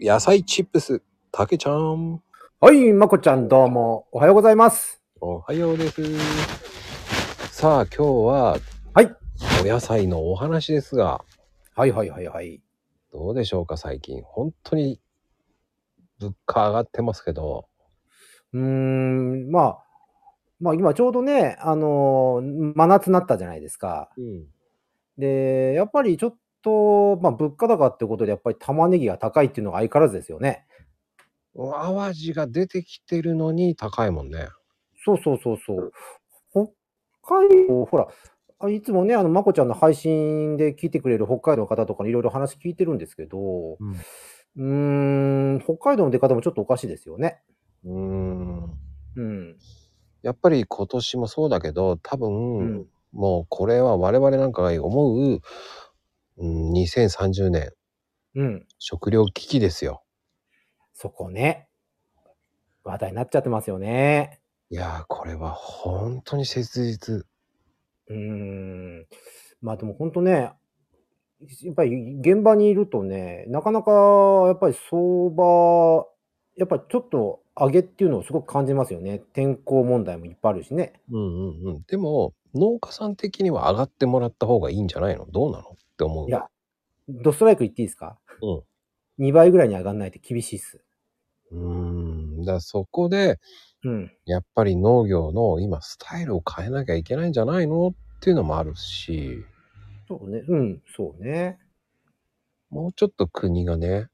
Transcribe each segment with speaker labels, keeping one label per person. Speaker 1: 野菜チップス、たけちゃん。
Speaker 2: はい、まこちゃんどうも、おはようございます。
Speaker 1: おはようです。さあ、今日は、
Speaker 2: はい。
Speaker 1: お野菜のお話ですが、
Speaker 2: はいはいはいはい。
Speaker 1: どうでしょうか、最近。本当に、物価上がってますけど、
Speaker 2: うーん、まあ、まあ今ちょうどね、あのー、真夏になったじゃないですか。
Speaker 1: うん。
Speaker 2: で、やっぱりちょっと、まあ物価高ってことで、やっぱり玉ねぎが高いっていうのが相変わらずですよね。
Speaker 1: 淡路が出てきてるのに高いもんね。
Speaker 2: そうそうそうそう。北海道、ほら、あいつもね、あの、まこちゃんの配信で聞いてくれる北海道の方とかにいろいろ話聞いてるんですけど、
Speaker 1: うん
Speaker 2: うーん、北海道の出方もちょっとおかしいですよね。
Speaker 1: うーん。
Speaker 2: うん。
Speaker 1: やっぱり今年もそうだけど、多分、
Speaker 2: うん
Speaker 1: もうこれは我々なんかが思う、うん、2030年、
Speaker 2: うん。
Speaker 1: 食料危機ですよ。
Speaker 2: そこね。話題になっちゃってますよね。
Speaker 1: いやー、これは本当に切実。
Speaker 2: うーん。まあでも本当ね、やっぱり現場にいるとね、なかなかやっぱり相場、やっぱりちょっと上げっていうのをすごく感じますよね。天候問題もいっぱいあるしね。
Speaker 1: うんうんうん。でも、農家さん的には上がってもらった方がいいんじゃないのどうなのって思う。
Speaker 2: いや、ドストライク言っていいですか。
Speaker 1: うん
Speaker 2: 2倍ぐらいに上がんないと厳しいっす。
Speaker 1: うーん。だからそこで、
Speaker 2: うん。
Speaker 1: やっぱり農業の今スタイルを変えなきゃいけないんじゃないのっていうのもあるし、
Speaker 2: そうね。うん、そうね。
Speaker 1: もうちょっと国がね、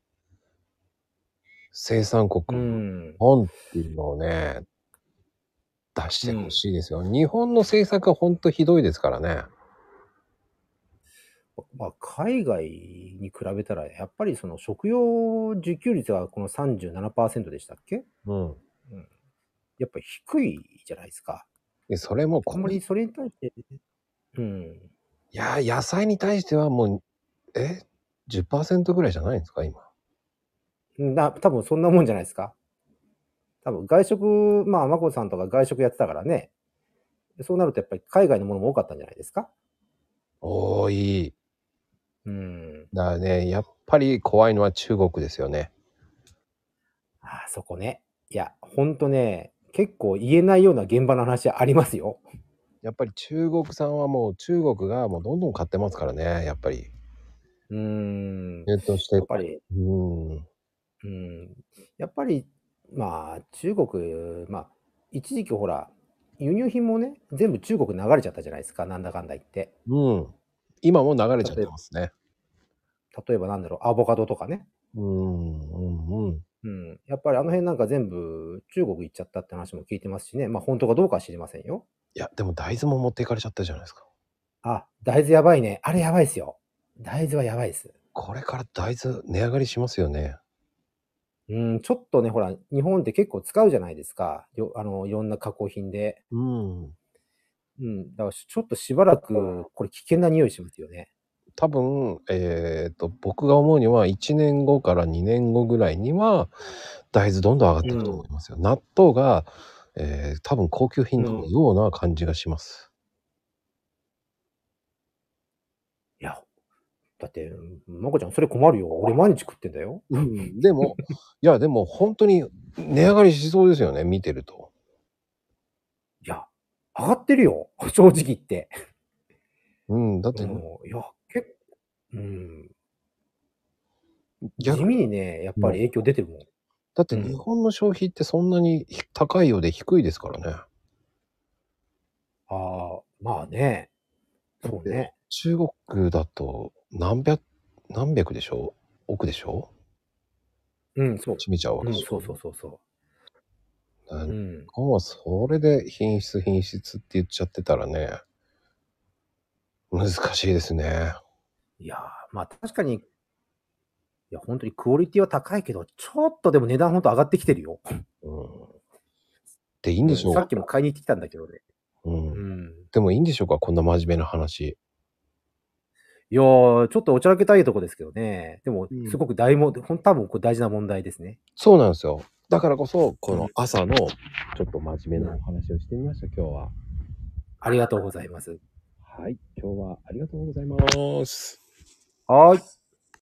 Speaker 1: 生産国
Speaker 2: う
Speaker 1: の
Speaker 2: ん
Speaker 1: 日。本っていうのをね、出してほしいですよ。日本の政策は本当ひどいですからね。
Speaker 2: まあ、海外に比べたら、やっぱりその食用自給率がこの37%でしたっけ
Speaker 1: うん。
Speaker 2: やっぱり低いじゃないですか。
Speaker 1: で、それも
Speaker 2: あんまりそれに対して、うん。
Speaker 1: いやー、野菜に対してはもう、え ?10% ぐらいじゃないんですか、今。
Speaker 2: な、多分そんなもんじゃないですか。多分外食、まあ、マコさんとか外食やってたからね。そうなるとやっぱり海外のものも多かったんじゃないですか。
Speaker 1: 多い。
Speaker 2: うん。
Speaker 1: だからね、やっぱり怖いのは中国ですよね。
Speaker 2: ああ、そこね。いや、ほんとね、結構言えないような現場の話ありますよ。
Speaker 1: やっぱり中国産はもう中国がもうどんどん買ってますからね、やっぱり。
Speaker 2: うん。や
Speaker 1: えっとして
Speaker 2: っ、ぱり、
Speaker 1: うん。
Speaker 2: うん、やっぱり、まあ、中国、まあ、一時期ほら、輸入品もね、全部中国流れちゃったじゃないですか、なんだかんだ言って。
Speaker 1: うん。今もう流れちゃってますね。
Speaker 2: 例えばなんだろう、アボカドとかね。
Speaker 1: うん、うん、うん。
Speaker 2: うん。やっぱりあの辺なんか全部中国行っちゃったって話も聞いてますしね。まあ、本当かどうかは知りませんよ。
Speaker 1: いや、でも大豆も持っていかれちゃったじゃないですか。
Speaker 2: あ、大豆やばいね。あれやばいですよ。大豆はやばいです。
Speaker 1: これから大豆値上がりしますよね。
Speaker 2: うん、ちょっとね、ほら、日本って結構使うじゃないですか。よあの、いろんな加工品で。
Speaker 1: うん。
Speaker 2: うん。だから、ちょっとしばらく、これ危険な匂いしますよね。
Speaker 1: 多分、えっと僕が思うには1年後から2年後ぐらいには大豆どんどん上がっていくと思いますよ、納豆が、えー多分高級品のような感じがします、
Speaker 2: いや、だって、まこちゃん、それ困るよ。俺毎日食ってんだよ。
Speaker 1: でもいやでも本当に値上がりしそうですよね見てると
Speaker 2: いや、上がってるよ。 正直言って。
Speaker 1: うんだっ
Speaker 2: う
Speaker 1: て
Speaker 2: ん、いや、結構、うん。地
Speaker 1: 逆
Speaker 2: 味
Speaker 1: に
Speaker 2: にね、やっぱり影響出てるもん。
Speaker 1: だって日本の消費ってそんなにひ高いようで低いですからね
Speaker 2: ああ、まあね。そうね。
Speaker 1: 中国だと何百何百でしょ億でしょ
Speaker 2: うん、そう。
Speaker 1: ちみちゃうわ
Speaker 2: う
Speaker 1: け
Speaker 2: ん、
Speaker 1: でしょ
Speaker 2: そうそうそうそ
Speaker 1: だから
Speaker 2: う。うん
Speaker 1: 日。本はそれで品質品質って言っちゃってたらね難しいですね
Speaker 2: いやー、まあ確かに、いや、本当にクオリティは高いけど、ちょっとでも値段本当上がってきてるよ。
Speaker 1: うんでいいんでしょう
Speaker 2: さ
Speaker 1: か
Speaker 2: っ、きも買いに行ってきたんだけどね。
Speaker 1: うん
Speaker 2: うん。
Speaker 1: でもいいんでしょうかこんな真面目な話
Speaker 2: いやー、ちょっとおちゃらけたいとこですけどね。でも
Speaker 1: うん、
Speaker 2: すごく大問、ほん、多分これ大事な問題ですね。
Speaker 1: そうなんですよだからこそこの朝のちょっと真面目なお話をしてみました今日は
Speaker 2: ありがとうございます。
Speaker 1: はい今日はありがとうございます
Speaker 2: はーい。